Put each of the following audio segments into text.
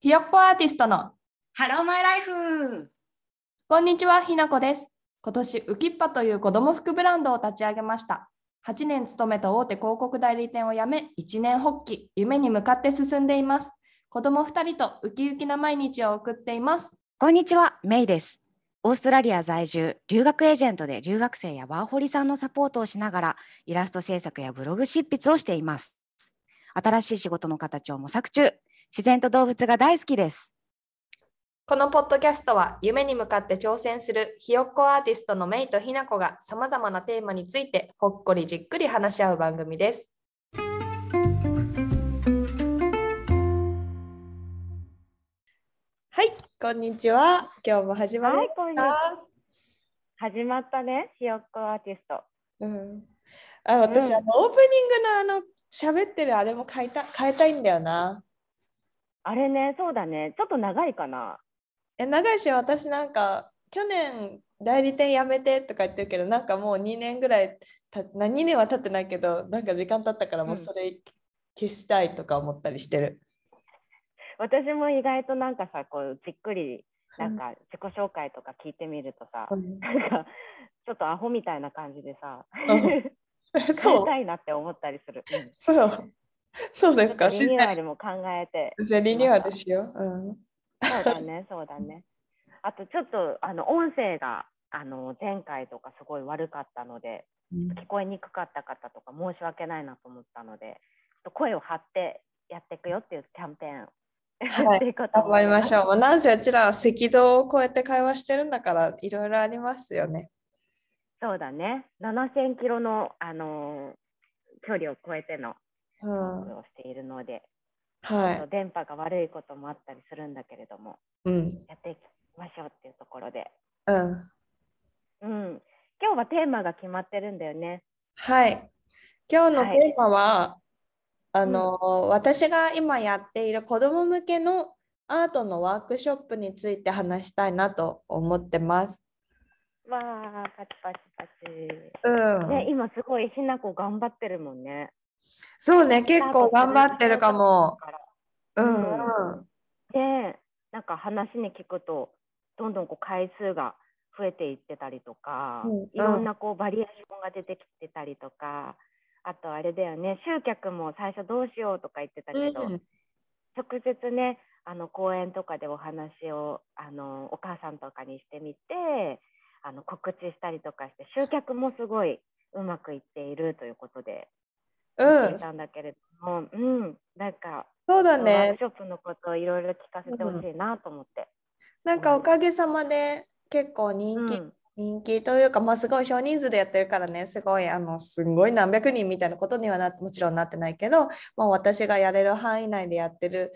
ひよっこアーティストのハローマイライフこんにちはひなこです今年ウキッパという子供服ブランドを立ち上げました8年勤めた大手広告代理店を辞め1年発起夢に向かって進んでいます子供2人とウキウキな毎日を送っていますこんにちは、メイです。オーストラリア在住、留学エージェントで留学生やワーホリさんのサポートをしながら、イラスト制作やブログ執筆をしています。新しい仕事の形を模索中、自然と動物が大好きです。このポッドキャストは夢に向かって挑戦するひよっこアーティストのメイとひなこがさまざまなテーマについてほっこりじっくり話し合う番組です。はい、こんにちは。今日も始まりまはいし、こんにちた。は。始まったね、ひよっこアーティスト。うん、あ私、うんあのオープニングのあの喋ってるあれも変えた変えたいんだよな。あれね、そうだね、ちょっと長いかな。え長いし私なんか去年代理店辞めてとか言ってるけどなんかもう2年ぐらいた何年は経ってないけどなんか時間経ったからもうそれ消したいとか思ったりしてる。私も意外となんかさ、こうじっくり、なんか自己紹介とか聞いてみるとさ、うんなんかちょっとアホみたいな感じでさ、うん変 えそうたいなって思ったりする。うんそうそうですかちょっと知リりニューたアいルも考えて、じゃあリニューアルしよう。うんそうだね、そうだね。あとちょっとあの音声があの前回とかすごい悪かったので、聞こえにくかった方とか申し訳ないなと思ったので、ちょっと声を張ってやっていくよっていうキャンペーンをいやっていこうと頑張りまししょう。もうなんせうちらは赤道を越えて会話してるんだからいろいろありますよね。そうだね、7000キロの、あのー距離を超えてのうトんークをしているので、はちょっいと電波が悪いこともあったりするんだけれども、うんやっていきましょうっていうところで、うんうん、今日はテーマが決まってるんだよね。はい。今日のはいテーマは、あの、私が今やっている子ども向けのアートのワークショップについて話したいなと思ってます。わー、パチパチパチ。うん。ね、今すごいひなこ頑張ってるもんね。そうね、結構頑張ってるかも。うターんトすうるん。でなんか話に聞くとどんどんこう回数が増えていってたりとか、うんいろんなこうバリエーションが出てきてたりとかあとあれだよね集客も最初どうしようとか言ってたけど、うん直接ねあの講演とかでお話をあのお母さんとかにしてみてあの告知したりとかして集客もすごいうまくいっているということでう聞んいたんだけれども、うん、なんかそうだワーねク。ショップのことをいろいろ聞かせてほしいなと思って。なんかおかげさまで結構人気、うん人気というか、まあ、すごい少人数でやってるからねすごいあのすんごい何百人みたいなことにはなもちろんなってないけど、まあ、私がやれる範囲内でやってる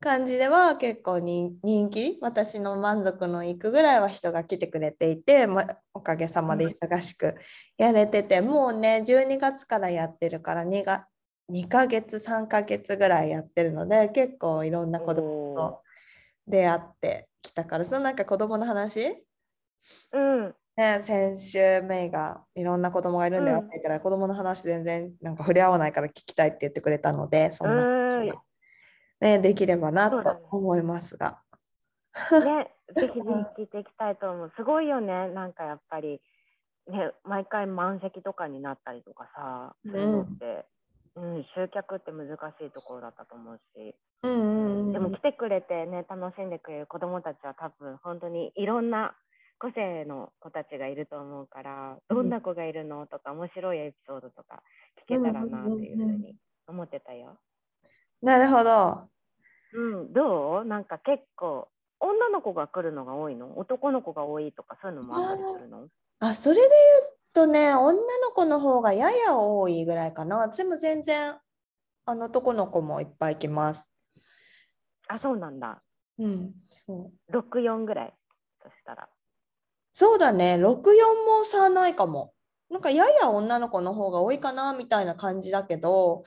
感じでは結構に人気私の満足のいくぐらいは人が来てくれていて、まあ、おかげさまで忙しくやれててもうね12月からやってるから2が2ヶ月3ヶ月ぐらいやってるので結構いろんな子供と出会ってきたからそのなんか子供の話うん、ね、先週メイがいろんな子供がいるんだよって言ったら、子供の話全然なんか触れ合わないから聞きたいって言ってくれたのでそんな話が、ね、できればなそうだねと思いますがね、 ぜひぜひ聞いていきたいと思う。すごいよね、なんかやっぱり、ね、毎回満席とかになったりとかさ、そういうのって、うん集客って難しいところだったと思うし、うんうんでうんも来てくれてね、楽しんでくれる子どもたちは多分、本当にいろんな個性の子たちがいると思うから、どんな子がいるのとか、面白いエピソードとか聞けたらなっていうふうに思ってたよ。なるほどうん、どうなんか結構女の子が来るのが多いの男の子が多いとかそういうのもあったりするのあそれで言うとね女の子の方がやや多いぐらいかなでも全然あの男の子もいっぱい来ますあそうなんだうんそう64ぐらいそしたらそうだね64も差ないかもなんかやや女の子の方が多いかなみたいな感じだけど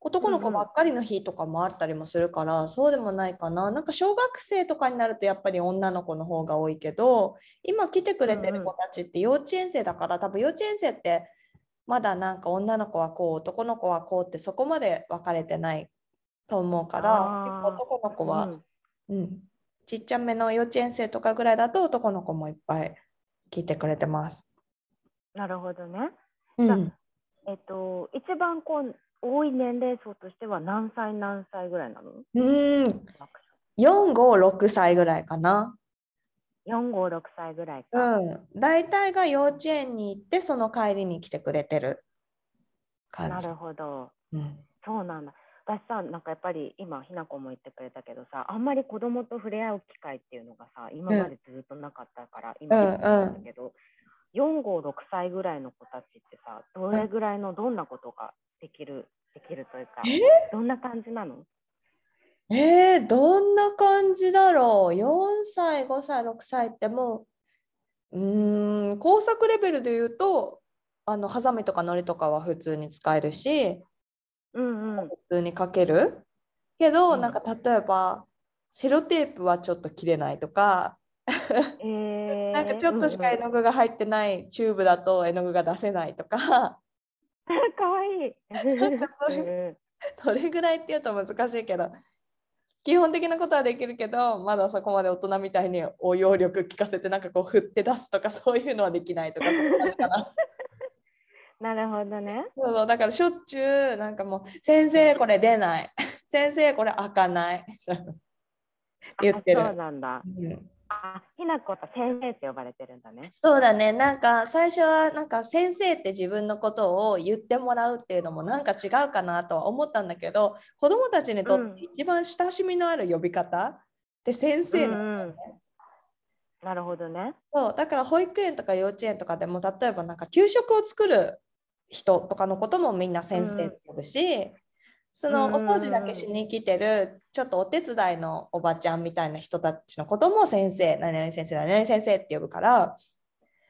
男の子ばっかりの日とかもあったりもするから、そうでもないかななんか小学生とかになるとやっぱり女の子の方が多いけど今来てくれてる子たちって幼稚園生だから多分幼稚園生ってまだなんか女の子はこう男の子はこうってそこまで分かれてないと思うからあー結構男の子はうんうん、ちっちゃめの幼稚園生とかぐらいだと男の子もいっぱい聞いてくれてます。なるほどね。うあん、えっと、一番こう多い年齢層としては何歳何歳ぐらいなのうん456歳ぐらいかな。 ?4、5、6歳ぐらいか。うん、大体が幼稚園に行ってその帰りに来てくれてる感なじる。ほど。うんそうなんだ。私さ、なんかやっぱり今、ひなこも言ってくれたけどさ、あんまり子供と触れ合う機会っていうのがさ、今までずっとなかったから、今うん今なんだけど、4、5、6歳ぐらいの子たちってさ、どれぐらいのどんなことができる、できるというかえ、どんな感じなのえー、どんな感じだろう ?4 歳、5歳、6歳ってもう、うーん、工作レベルで言うと、あの、ハサミとか糊とかは普通に使えるし、う んうん。普通に書けるけど、うんなんか例えば、セロテープはちょっと切れないとか、えー、なんかちょっとしか絵うんうんの具が入ってないチューブだと絵の具が出せないとか、 かわいい。なんかそううんどれぐらいっていうと難しいけど、基本的なことはできるけど、まだそこまで大人みたいに応用力聞かせて、なんかこう振って出すとか、そういうのはできないとか、そういうのか ななるほどね。そうそうだからしょっちゅう、なんかもう、先生これ出ない、 先生これ開かない、 言ってるあそうなんだ。うんあ、ひなこは先生って呼ばれてるんだね。そうだね、なんか最初はなんか先生って自分のことを言ってもらうっていうのもなんか違うかなとは思ったんだけど、子どもたちにとっうんて一番親しみのある呼び方って先生うのんうんなるほどね。そうだから保育園とか幼稚園とかでも例えばなんか給食を作る人とかのこともみんな先生って呼ぶし、そのうんお掃除だけしに来てるちょっとお手伝いのおばちゃんみたいな人たちのことも先生何々先生何々先生って呼ぶからあ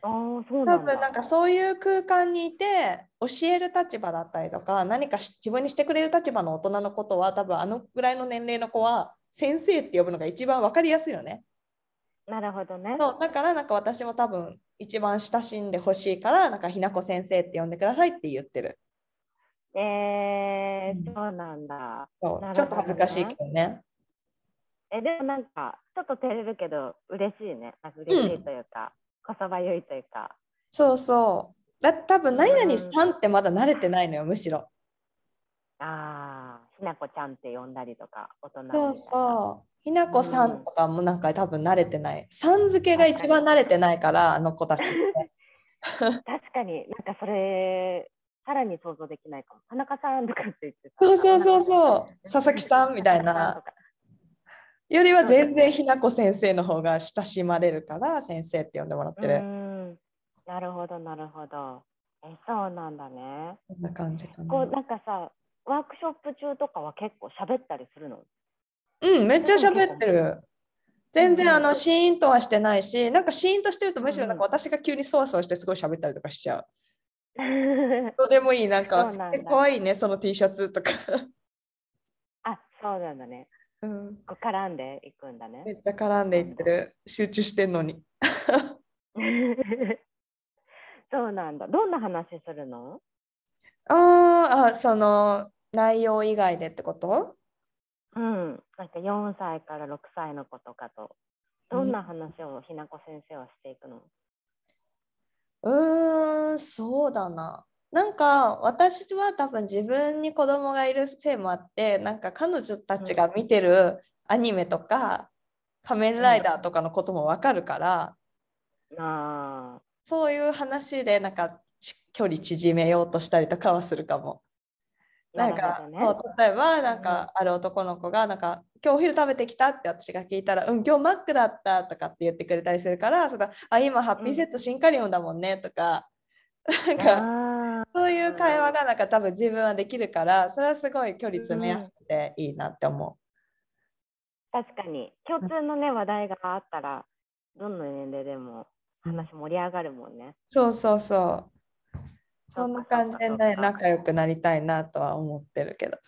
あ、そうな多んだ。分なんかそういう空間にいて教える立場だったりとか何かし自分にしてくれる立場の大人のことは多分あのぐらいの年齢の子は先生って呼ぶのが一番分かりやすいよね。なるほどね。そうだからなんか私も多分一番親しんでほしいからなんかひなこ先生って呼んでくださいって言ってるえうんー、そうなんだ。そうなるほどねちょっと恥ずかしいけどねえ、でもなんか、ちょっと照れるけど、嬉しいね。なんか嬉しいというか、こそばゆいというか。そうそうだ多分何々うんさんってまだ慣れてないのよむしろああ、ひなこちゃんって呼んだりとか、大人みたいそなうそうひなこさんとかもなんか多分慣れてないさん付けが一番慣れてないからあの子たちって確かになんかそれ、さらに想像できないかも。田中さんとかって言ってさそうそうそうう。そう佐々木さんみたい田中さんなとかよりは全然ひなこ先生の方が親しまれるから先生って呼んでもらってうるんなるほどなるほどえそうなんだねこんな感じかこなうなんかさワークショップ中とかは結構喋ったりす るのうん、めっちゃ喋ってる。全然うんあのシーンとはしてないし、なんかシーンとしてるとむしろうんなんか私が急にそわそわしてすごい喋ったりとかしちゃう。あどうでもいい、なんそかうなんだえ可愛いね、その T シャツとか、そうなんだねうん。こう絡んでいくんだねめっちゃ絡んでいってる。集中してんのに。 そうなんだどんな話するのあーあ、その内容以外でってことうんなんか4歳から6歳の子とかとどんな話をひなこ先生はしていくのうーん、そうだな。なんか私は多分自分に子供がいるせいもあって、なんか彼女たちが見てるアニメとか、仮面ライダーとかのこともわかるから、あそういう話でなんかち距離縮めようとしたりとかはするかも。ーなんるかほどねそう例えばなんかある男の子がなんか今日お昼食べてきたって私が聞いたら「うん今日マックだった」とかって言ってくれたりするから「そうだあ今ハッピーセットシンカリオンだもんね」とか、なんか。あそういう会話がなんか多分自分はできるからそれはすごい距離詰めやすくていいなって思ー確かに共通のね話題があったらどんな年齢でもう。話盛り上がるもんね。そうそうそう。そそっかんな感じでそっかそねっか仲良くなりたいなとは思ってるけど。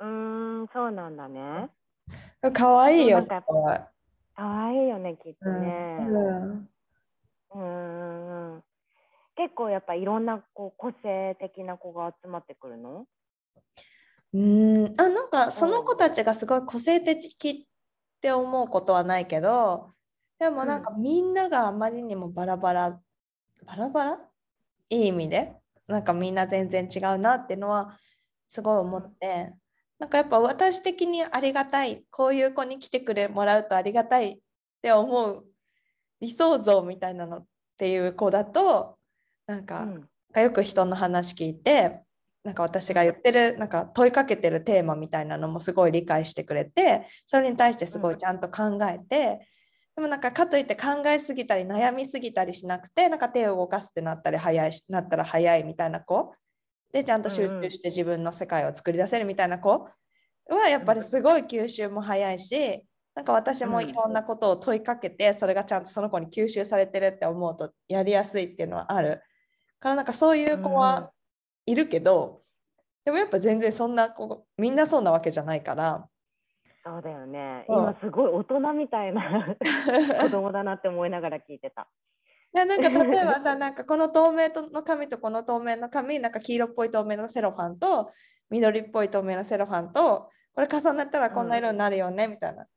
うーん、そうなんだね。可愛いよ。そうなんかすごい可愛いよね、きっとね。うんうんうーん。結構やっぱいろんなこう個性的な子が集まってくるのうーんあなんかその子たちがすごい個性的って思うことはないけどでもなんかみんながあまりにもバラバラバラバラいい意味でなんかみんな全然違うなっていうのはすごい思ってなんかやっぱ私的にありがたいこういう子に来てくれもらうとありがたいって思う理想像みたいなのっていう子だとなんうかんよく人の話聞いてなんか私が言ってるなんか問いかけてるテーマみたいなのもすごい理解してくれてそれに対してすごいちゃんと考えて、でもなんかかといって考えすぎたり悩みすぎたりしなくてなんか手を動かすってなったり早いしなったら早いみたいな子でちゃんと集中して自分の世界を作り出せるみたいな子はやっぱりすごい吸収も早いしなんか私もいろんなことを問いかけてそれがちゃんとその子に吸収されてるって思うとやりやすいっていうのはある。からなんかそういう子はいるけど、でもやっぱ全然そんな子みんなそうなわけじゃないから。 そうだよねうん今すごい大人みた いな子供だなって思いながら聞いてた。いやなんか例えば さなんかこの透明の紙とこの透明の紙なんか黄色っぽい透明のセロファンと緑っぽい透明のセロファンとこれ重なったらこんな色になるよねみたいな。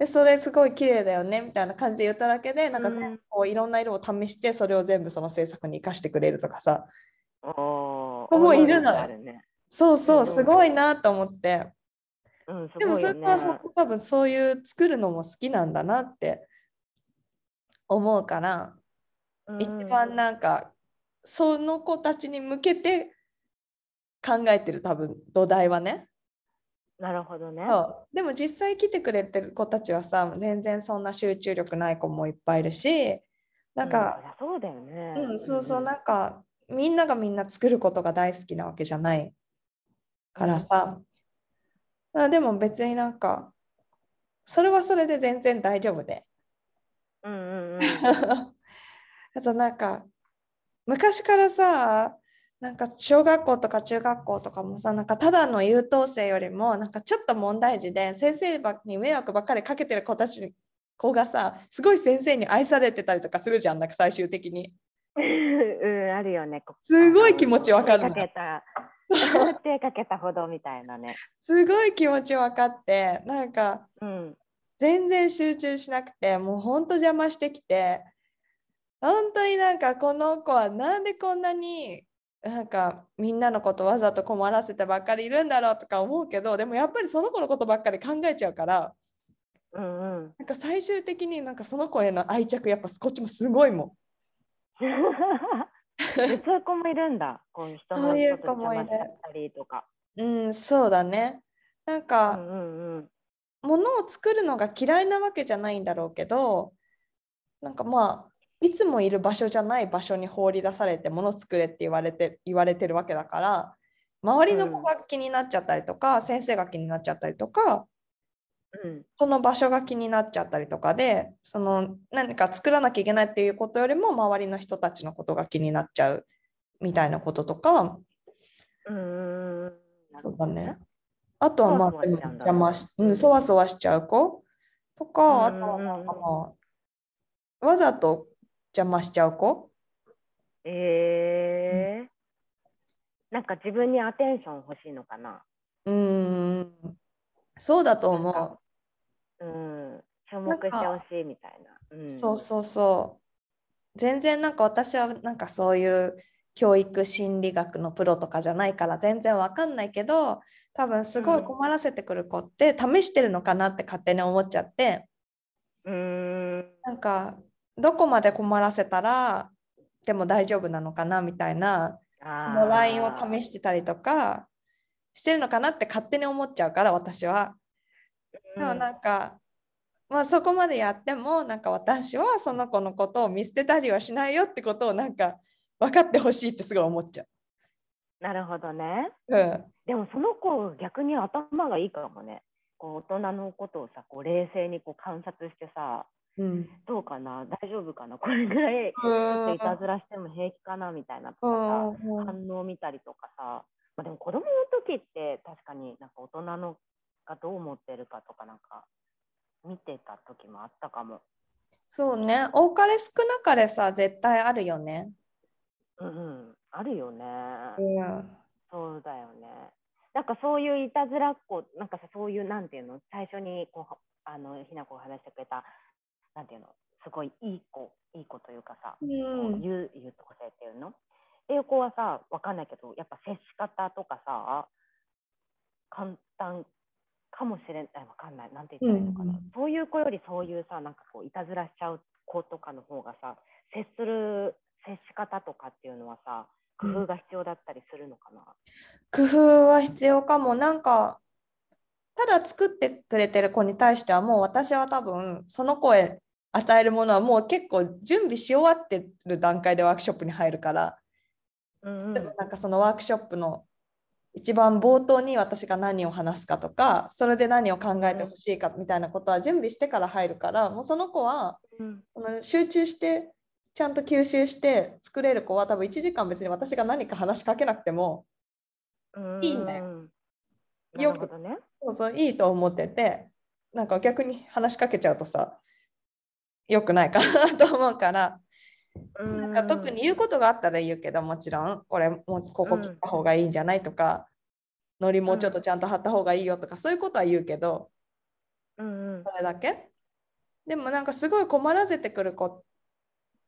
でそれすごい綺麗だよねみたいな感じで言っただけでなんか全部こういろんな色を試してそれを全部その制作に生かしてくれるとかさこおこもいるのよあるね。そうそううんすごいなと思ってうん、すでもごいそよれね。は本当多分そういう作るのも好きなんだなって思うからうん一番なんかその子たちに向けて考えてる多分土台はねなるほどね。そうでも実際来てくれてる子たちはさ全然そんな集中力ない子もいっぱいいるしなんうか、そりゃそうだよね。うん、そうそうなんんかみんながみんな作ることが大好きなわけじゃないからさ、あでも別になんかそれはそれで全然大丈夫で うんうんうん。 あとなんか昔からさなんか小学校とか中学校とかもさなんかただの優等生よりもなんかちょっと問題児で先生に迷惑ばっかりかけてる子たち子がさすごい先生に愛されてたりとかするじゃんなんか最終的に。うん、あるよね。こすごい気持ちわかる手かけた。手かけたほどみたいなね。すごい気持ち分かってなんかうん。全然集中しなくてもうほんと邪魔してきて本当になんかこの子はなんでこんなになんかみんなのことわざと困らせてばっかりいるんだろうとか思うけどでもやっぱりその子のことばっかり考えちゃうからうんうん。なんか最終的になんかその子への愛着やっぱこっちもすごいもん。 でそういう子もいるんだ。こういう人のそういうこと子もいる邪魔しちゃったりとか。うん、そうだね。なんうか、んうんうん。物を作るのが嫌いなわけじゃないんだろうけどなんかまあいつもいる場所じゃない場所に放り出されて物作れって言われて言われてるわけだから周りの子が気になっちゃったりとか、先生が気になっちゃったりとかうん。その場所が気になっちゃったりとかでその何か作らなきゃいけないっていうことよりも周りの人たちのことが気になっちゃうみたいなこととかうんうんうん。そうだね。あとはまあそわでもそわしちゃうんだ邪魔し、うん、そわそわしちゃう子とか、あうんとはなんかまあ、わざと邪魔しちゃう子。ええなんか自分にアテンション欲しいのかな。うーん、そうだと思うん。注目なんしかてほしいみたいな。うう。ん。そうそうそう。全然なんか私はなんかそういう教育心理学のプロとかじゃないから全然わかんないけど、多分すごい困らせてくる子って試してるのかなって勝手に思っちゃって。うーん。なんかどこまで困らせたらでも大丈夫なのかなみたいなそあのラインを試ししてたりとかしてるのかなって勝手に思っちゃうから私は。でもなんか、まあ、そこまでやってもなんか私はその子のことを見捨てたりはしないよってことをなんか分かってほしいってすごい思っちゃう。なるほどね。うんでもその子逆に頭がいいかもね。こう大人のことをさ、こう冷静にこう観察してさ、うんどうかな、大丈夫かな、これぐらいちょっといたずらしても平気かなみたいなとうかんさ、反応を見たりとかさ、まあ、でも子供の時って確かになんか大人のがどう思ってるかとかなんか見てた時もあったかも。そうね多かれ少なかれさ絶対あるよね。うんうん、あるよね。うんそうだよね。なんかそういういたずらっ子、なんかさそういうなんていうの、最初にこうあのひな子が話してくれたなんていうのすごいいい子いい子というかさ、う、こうん言う言うと個性っていうのっていう子はさわかんないけどやっぱ接し方とかさ簡単かもしれないわかんないなんて言ったらいいのかな、うんうんそういう子よりそういうさなんかこういたずらしちゃう子とかの方がさ接する接し方とかっていうのはさ工夫が必要だったりするのかな、工夫は必要かもなんかただ作ってくれてる子に対してはもう私は多分その子へ与えるものはもう結構準備し終わってる段階でワークショップに入るからうんでもなんかそのワークショップの一番冒頭に私が何を話すかとかそれで何を考えてほしいかみたいなことは準備してから入るからもうその子はうんその集中してちゃんと吸収して作れる子は多分1時間別に私が何か話しかけなくてもうんいいんだよなるほどね。そうそういいと思っててなんか逆に話しかけちゃうとさ良くないかなと思うからなんか特に言うことがあったら言うけどもちろんこれもうここ切った方がいいんじゃないとか、のりもうちょっとちゃんと貼った方がいいよとかそういうことは言うけどうんうんそれだけでもなんかすごい困らせてくる子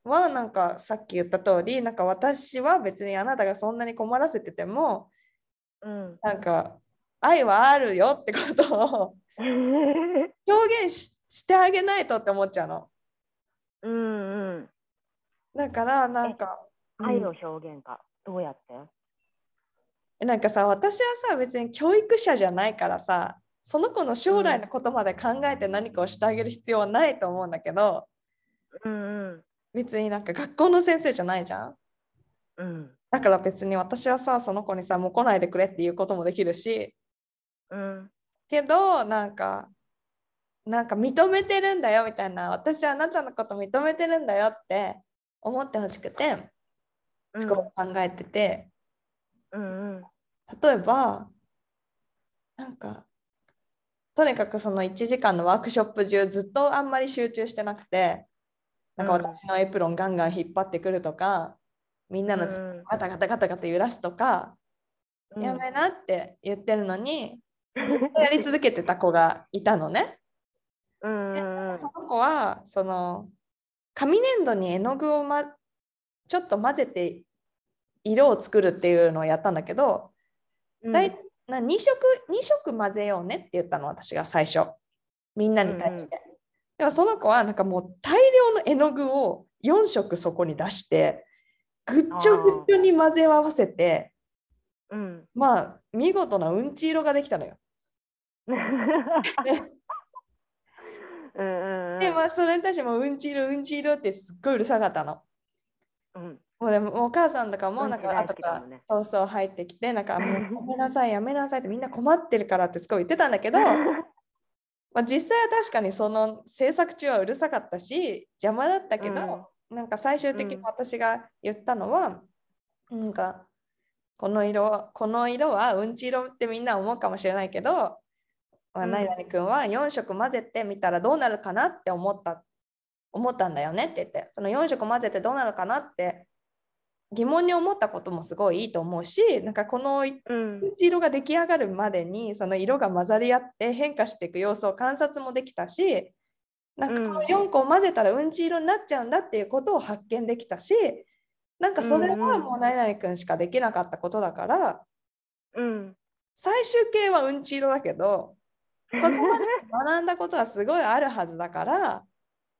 はなんかさっき言った通りなんか私は別にあなたがそんなに困らせててもうんなんか愛はあるよってことを表現ししてあげないとって思っちゃうの。うんうんだからなんか、うん愛の表現か、どうやってなんかさ私はさ別に教育者じゃないからさその子の将来のことまで考えて何かをしてあげる必要はないと思うんだけどうんうん別になんか学校の先生じゃないじゃんうんだから別に私はさその子にさもう来ないでくれっていうこともできるしうんけどなんかなんか認めてるんだよみたいな私はあなたのこと認めてるんだよって思ってほしくてすごく考えてて。うんうん例えばなんかとにかくその1時間のワークショップ中ずっとあんまり集中してなくてなんかうん私のエプロンガンガン引っ張ってくるとかみんなの机うんガタガタガタガタ揺らすとか、うんやめなって言ってるのにずっとやり続けてた子がいたのね。うんうんその子はその紙粘土に絵の具を、ま、ちょっと混ぜて色を作るっていうのをやったんだけどうん大な2色二色混ぜようねって言ったの私が最初みんなに対して、うんうんでもその子はなんかもう大量の絵の具を4色そこに出してぐっちょぐっちょに混ぜ合わせてうんまあ見事なうんち色ができたのよ。うんうんでまあそれに対してもうんち色うんち色ってすっごいうるさかったの。うんもうでももうお母さんとかもなんうんかち大後好かきだらもんねそうそう入ってきてなん かもうやめなさいやめなさいってみんな困ってるからってすごい言ってたんだけど。まあ、実際は確かにその制作中はうるさかったし邪魔だったけど、なんか最終的にうん私が言ったのは、なんかこの色はこの色はうんち色ってみんな思うかもしれないけど、まあ、うん何々君は4色混ぜてみたらどうなるかなって思った思ったんだよねって言ってその4色混ぜてどうなるかなって疑問に思ったこともすごいいいと思うしなんかこのうん色が出来上がるまでにその色が混ざり合って変化していく様子を観察もできたしなんかこのうん4個を混ぜたらうんち色になっちゃうんだっていうことを発見できたしなんかそれうんうはんもう何々くんしかできなかったことだからうん最終形はうんち色だけどそこまで学んだことはすごいあるはずだ から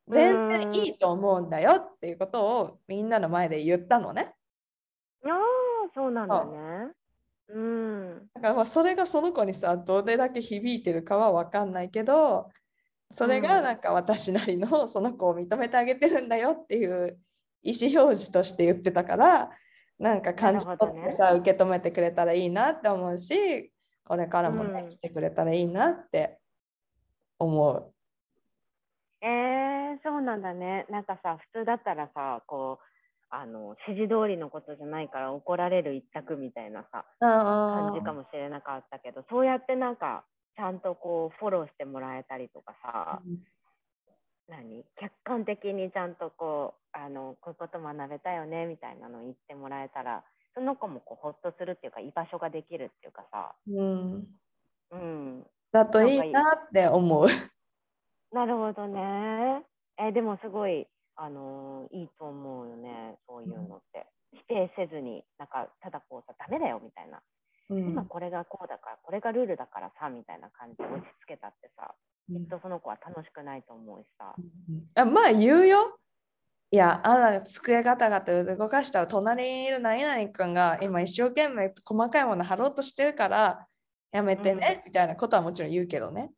全然いいと思うんだよっていうことをみんなの前で言ったのね。いやーそうなんだねうんだからまあそれがその子にさどれだけ響いてるかは分かんないけどそれがうんなんか私なりの その子を認めてあげてるんだよっていう意思表示として言ってたからなんか感じ取ってさ、受け止めてくれたらいいなって思うしこれからもね、うん来てくれたらいいなって思う。えー、そうなんだね。なんかさ、普通だったらさ、こう、あの、指示通りのことじゃないから怒られる一択みたいなさ、感じかもしれなかったけど、そうやってなんか、ちゃんとこう、フォローしてもらえたりとかさ、何客観的にちゃんとこう、あの、こういうこと学べたよね、みたいなの言ってもらえたら、その子もこう、ほっとするっていうか、居場所ができるっていうかさ、うん、うん、だといいなって思う。なるほどね。えでもすごい、あのーいいと思うよね、そういうのって。否定せずに、なんか、ただこうさ、ダメだよみたいな。うん今これがこうだから、これがルールだからさ、みたいな感じで落ち着けたってさ、うんきっとその子は楽しくないと思うしさ。あまあ言うよ。いや、あなた机ガタガタ動かしたら隣にいる何々君が今一生懸命細かいもの貼ろうとしてるからやめてね、みたいなことはもちろん言うけどね。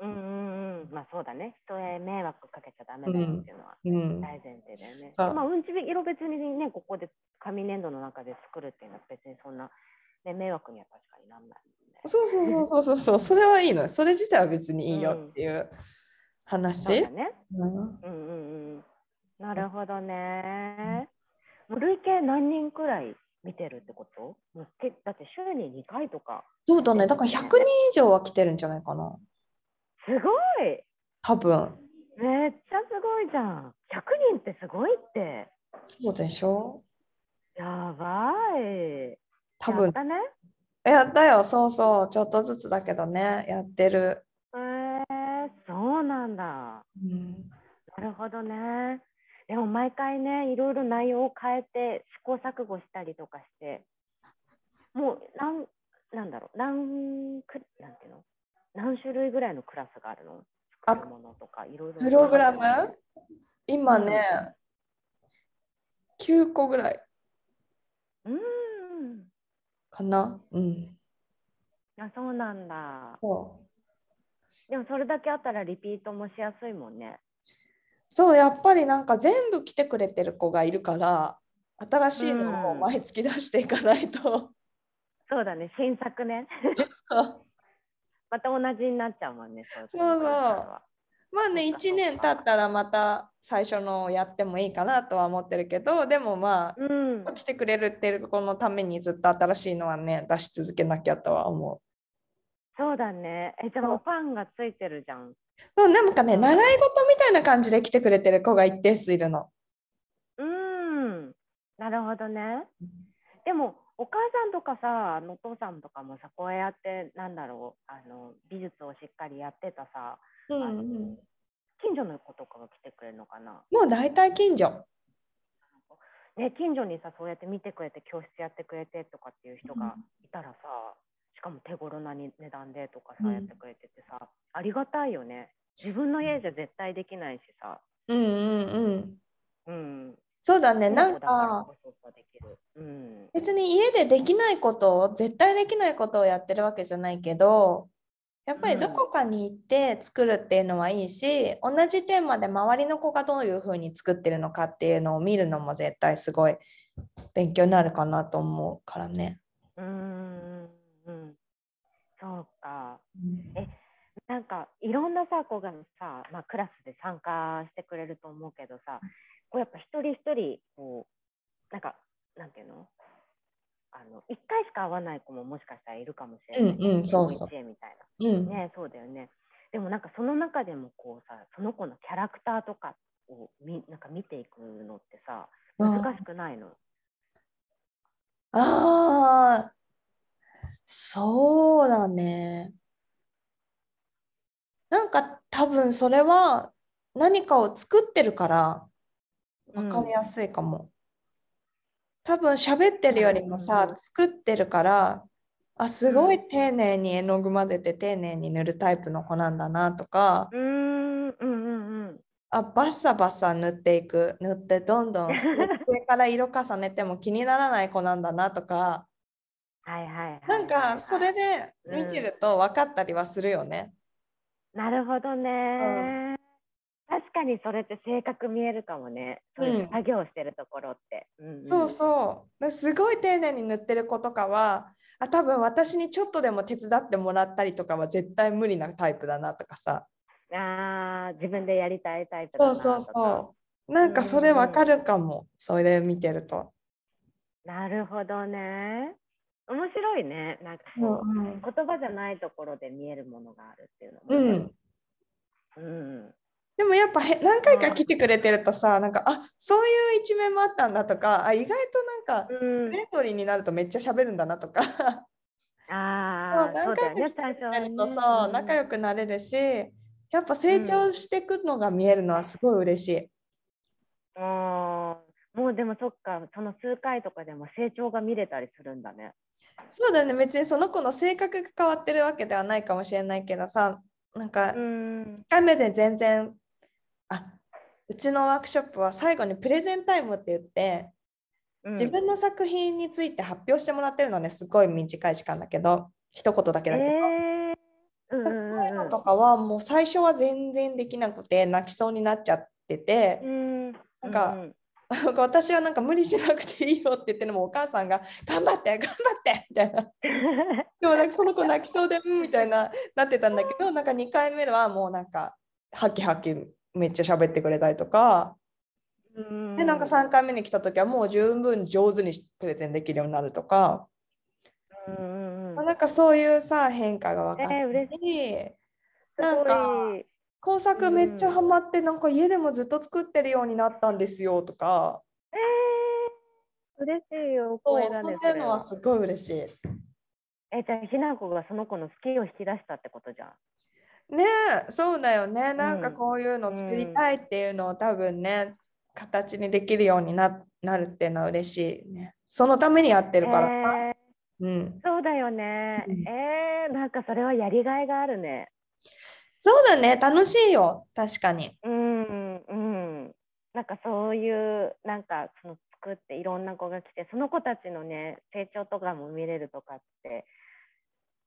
うんうんうん。まあそうだね。人へ迷惑かけちゃダメだよっていうのはうん、大前提だよね。そうまあうんち色別にね、ここで紙粘土の中で作るっていうのは別にそんな、ね、迷惑には確かになんないもんね。そうそうそうそうそう、それはいいのよ。それ自体は別にいいよっていうそう話だ。ね。うんうんうんうん。なるほどね。もう累計何人くらい見てるってこともうけだって週に2回とか。そうだね。だから100人以上は来てるんじゃないかな。すごい多分。めっちゃすごいじゃん。100人ってすごいって。そうでしょやばい。多やっ分。たね。やったよ。そうそう。ちょっとずつだけどね。やってる。えー、そうなんだ。うんなるほどね。でも毎回ね、いろいろ内容を変えて試行錯誤したりとかして、もう何なんだろう、何くなんていうの、何種類ぐらいのクラスがあるの？あ作るものとかいろいろ。プログラム今ね、9個ぐらいうん。かな。うん。あ、そうなんだ。そうでもそれだけあったらリピートもしやすいもんね。そう、やっぱりなんか全部来てくれてる子がいるから、新しいのをうん毎月出していかないと。そうだね、新作ね。そうまた同じになっちゃうもんね。そうそうそうまあねそっかそっか1年経ったらまた最初のをやってもいいかなとは思ってるけどでもまそう。うんあ。来てくれるっていう子のためにずっと新しいのはね出し続けなきゃとは思そうだね。え、でそもうファンがついてるじゃん。うそうなんかね習い事みたいな感じで来てくれてる子が一定数いるのうーん、なるほどね。でもお母さんとかさ、あのお父さんとかもさ、こうやってなんだろう、あの美術をしっかりやってたさ、うんうんうん近所の子とかが来てくれるのかな。もう大体近所ね、近所にさ、そうやって見てくれて、教室やってくれてとかっていう人がいたらさ、しかも手頃なに値段でとかうさ、んやってくれててさ、ありがたいよね。自分の家じゃ絶対できないしさ、うんうんうんうん。そうだねな親子んだらかこそさできる。うん。別に家でできないことを絶対できないことをやってるわけじゃないけどやっぱりどこかに行って作るっていうのはいいし、同じテーマで周りの子がどういうふうに作ってるのかっていうのを見るのも絶対すごい勉強になるかなと思うからね。うーんうんそうか。なんかいろんなさ子がさ、まあ、クラスで参加してくれると思うけどさこうやっぱ一人一人こうなんかなんていうのあの一回しか会わない子ももしかしたらいるかもしれない。うんうんそうそう一期一会みたいうん、な。ねそうだよね。でもなんかその中でもこうさその子のキャラクターとかをみなんか見ていくのってさ難しくないの、ああそうだね。なんか多分それは何かを作ってるから分かりやすいかも。多分喋ってるよりもさ、うん作ってるからあすごい丁寧に絵の具混ぜて丁寧に塗るタイプの子なんだなとかうーんうんうんうんあバッサバッサ塗っていく塗ってどんどん上から色重ねても気にならない子なんだなとかはいはいはいはいなんかそれで見てると分かったりはするよね。なるほどね、確かにそれって性格見えるかもね。そういううん作業してるところって。うんうんそうそうですごい丁寧に塗ってる子とかはあ多分私にちょっとでも手伝ってもらったりとかは絶対無理なタイプだなとかさ。あー自分でやりたいタイプだそなうとそか。うそう。なんかそれわかるかも、それ見てると。なるほどね。面白いね。なんかそう、うん言葉じゃないところで見えるものがあるっていうのうもね、ん、うん。でもやっぱへ何回か来てくれてるとさ、なんかあそういう一面もあったんだとかあ意外となんかうん。フレンドリーになるとめっちゃ喋るんだなとかあもうあ、そ何うだ回よか来て。ねく最初はれねるとそううん仲良くなれるしやっぱ成長していくのが見えるのはすごい嬉しい。あーもうでもそっかその数回とかでも成長が見れたりするんだね。そうだね別にその子の性格が変わってるわけではないかもしれないけどさなんかう1ん回目で全然あうちのワークショップは最後にプレゼンタイムって言って自分の作品について発表してもらってるのねすごい短い時間だけど一言だけだけど。えーうんなんかうんそういうのとかはもう最初は全然できなくて泣きそうになっちゃっててう、ん、なんかううなんか 私はなんか無理しなくていいよって言ってでもお母さんが「頑張って頑張って」みたいなでもなんかその子泣きそうでうんみたいななってたんだけどなんか2回目はもうなんかハキハキめっちゃ喋ってくれたりとかうんでなんか3回目に来た時はもう十分上手にプレゼンできるようになるとか、うんうんうまあんなんかそういうさ変化が分かって、えー嬉なんかすごい工作めっちゃハマってなんか家でもずっと作ってるようになったんですよとか、えー、嬉しいよ、そう声そだうね。いうのはそすごい嬉しい。れはえじゃあ、ひなこがその子の好きを引き出したってことじゃん。ねえそうだよねなんかこういうの作りたいっていうのを多分ね、形にできるようにななるっていうのは嬉しいねそのためにやってるからさ、えーうん、そうだよね。うんえー、なんかそれはやりがいがあるね。そうだね楽しいよ確かにうん、うん。なんかそういう、なんかその作っていろんな子が来て、その子たちのね、成長とかも見れるとかって、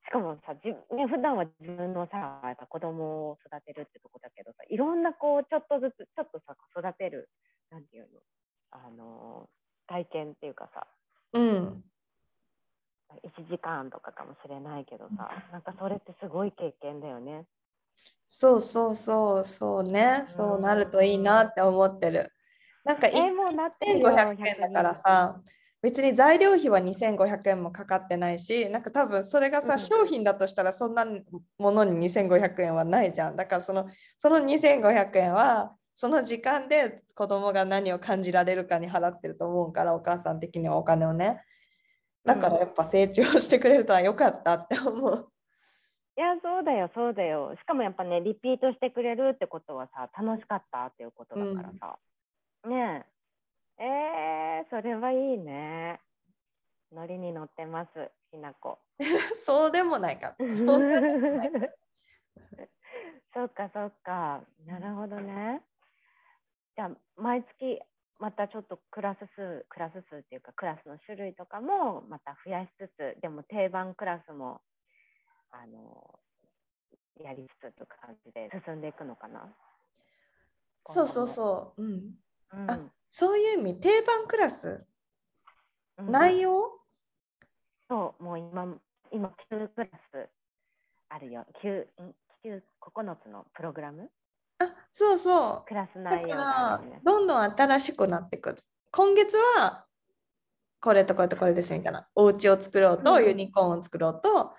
しかもさ、じね、普段は自分のさ、やっぱ子供を育てるってとこだけどさ、いろんな子をちょっとずつ、ちょっとさ、育てる、なんていうの、あのー体験っていうかさ、うん1時間とかかもしれないけどさ、なんかそれってすごい経験だよね。そうそうそうそうねそうなるといいなって思ってるなんかえー、もうなってるよ1500円だからさ別に材料費は2500円もかかってないしなんか多分それがさ、うん商品だとしたらそんなものに2500円はないじゃんだからそのその2500円はその時間で子供が何を感じられるかに払ってると思うからお母さん的にはお金をねだからやっぱ成長してくれるとは良かったって思う。 いや、そうだよ、そうだよ。しかもやっぱね、リピートしてくれるってことはさ、楽しかったっていうことだからさ。ねえ。えー、それはいいね。ノリに乗ってます、ひなこ。そうでもないかそらそんなでもな いうか、そうか。なるほどね。じゃあ、毎月、またちょっとクラス数、クラス数っていうか、クラスの種類とかも、また増やしつつ、でも定番クラスも、あの、やりつつという感じで進んでいくのかな。そうそうそう、うん、うん。あそういう意味定番クラスうん内容、そう、もう今、今9クラスあるよ。9、ん9、9つのプログラムあそうそうクラスだ内容かがあらるよね。どんどん新しくなってくる今月はこれとこれとこれですみたいなお家を作ろうと、うんユニコーンを作ろうと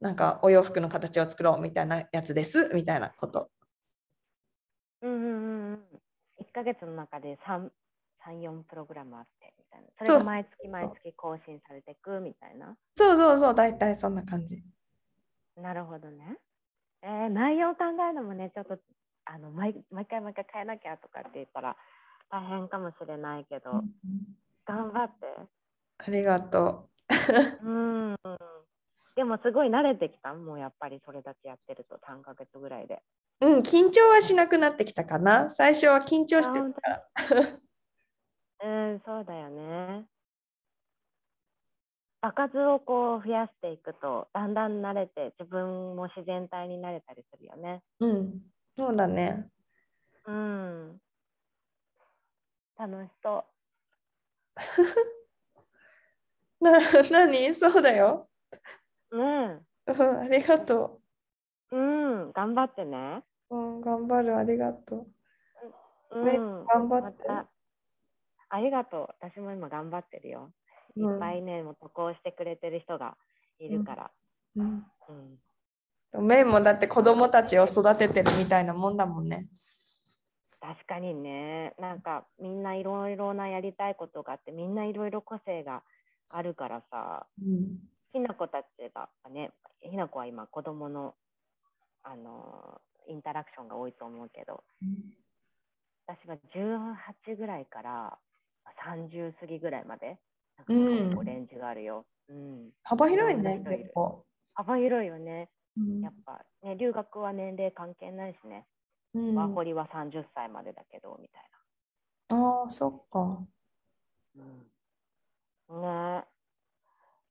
なんかお洋服の形を作ろうみたいなやつですみたいなことうんうんうんうん。1ヶ月の中で3、3、4プログラムあってみたいな。それそうが毎月う毎月更新されていくみたいな。そうそうそう大体そんな感じなるほどね。えー内容を考えるのもね、ちょっとあの毎毎回毎回変えなきゃとかって言ったら大変かもしれないけど、頑張って。ありがとうん。でもすごい慣れてきた。もうやっぱりそれだけやってると3ヶ月ぐらいで。ううん緊張はしなくなってきたかな最初は緊張してたから うん、そうだよね。場数をこう増やしていくと、だんだん慣れて、自分も自然体になれたりするよね。うんそうだね うん。楽しそな何そうだよ、う。ねうん、ありがとえうん、頑張ってね。う、うん、頑張るありがとうん、ね頑張ってまたありがとう。私も今頑張ってるよ。う、いうんっぱいね、もう渡航してくれてる人がいるから。うんうんメイもだって子供たちを育ててるみたいなもんだもんね。確かにねなんかみんないろいろなやりたいことがあってみんないろいろ個性があるからさうん、ひな子たちがねひな子は今子供のあのーインタラクションが多いと思うけど、私は18ぐらいから30過ぎぐらいまで、なんかオレンジがあるよ。うん、幅広いねう、ん結構。幅広いよね。うんやっぱ、ね、留学は年齢関係ないしね。うんワーホリは30歳までだけど、みたいああ、そっか。な。うん、ねえ。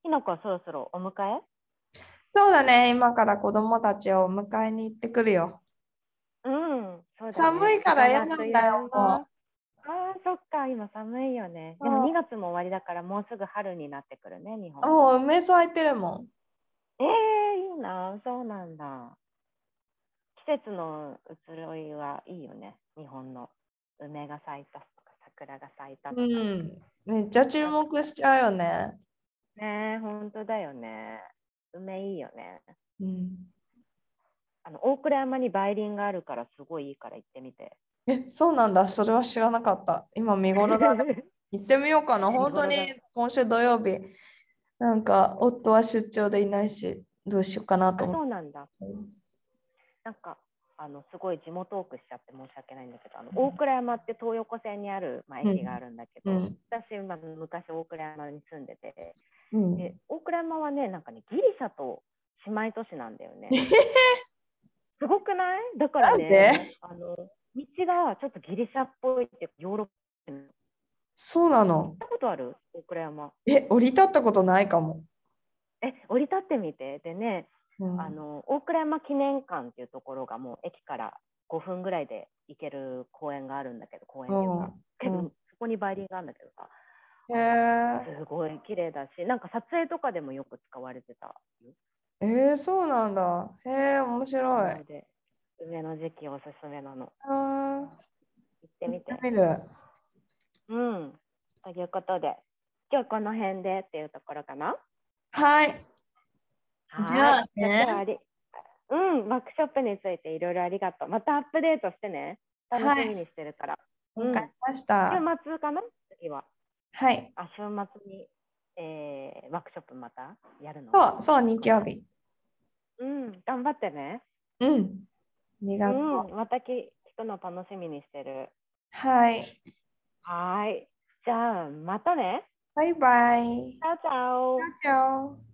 きのこはそろそろお迎えそうだね、今から子供たちを迎えに行ってくるよ。うん、そうだね寒いから嫌なんだよああー、そっか、今寒いよね。でうもん2月も終わりだから、もうすぐ春になってくるね、日本。おう、梅津空いてるもん。ええいいな、そうなんだ。季節の移ろいはいいよね、日本の。梅が咲いたとか、桜が咲いたとか。うねん。めっちゃ注目しちゃうよね。え、本当だよね。梅いいよね。うん。あの大倉山に梅林があるから、すごいいいから行ってみて。え、そうなんだ。それは知らなかった。今見頃だ ね。行ってみようかな。本当に見頃今週土曜日、なんか夫は出張でいないし、どうしようかなあと思そっうなんだ。て。なんかあのすごい地元トークしちゃって申し訳ないんだけどあの、大倉山って東横線にある、まあ、うん駅があるんだけど、うん私今昔大倉山に住んでてうん、で大倉山はねなんかねギリシャと姉妹都市なんだよ ね。すごくないだからなねあの道がちょっとギリシャっぽいっていうかヨーロッパ行っそうなの。たことある大倉山。え、降り立ったことないかも。え降り立ってみてでねうん、あの大倉山記念館っていうところがもう駅から5分ぐらいで行ける公園があるんだけど公園っていうか、けうどんそこに梅林があるんだけどさへえすごい綺麗だしなんか撮影とかでもよく使われてたよえー、そうなんだ。へえ、面白いな。ので梅の時期おすすめなのあ行ってーみて行ってみる。うんということで今日この辺でっていうところかなはい。じゃあねはいじゃあ今日はありうんワークショップについていろいろありがとうまたアップデートしてね楽しみにしてるから、うんわかりました。週末かな次ははい。あ週末に、えーワークショップまたやるのそう、そう、日曜日。うん、頑張ってね。うん。ありうがとう。ん、またき聞くの楽しみにしてる。はい。はーい。じゃあ、またね。バイバイ。チャオチャオ。チャオ。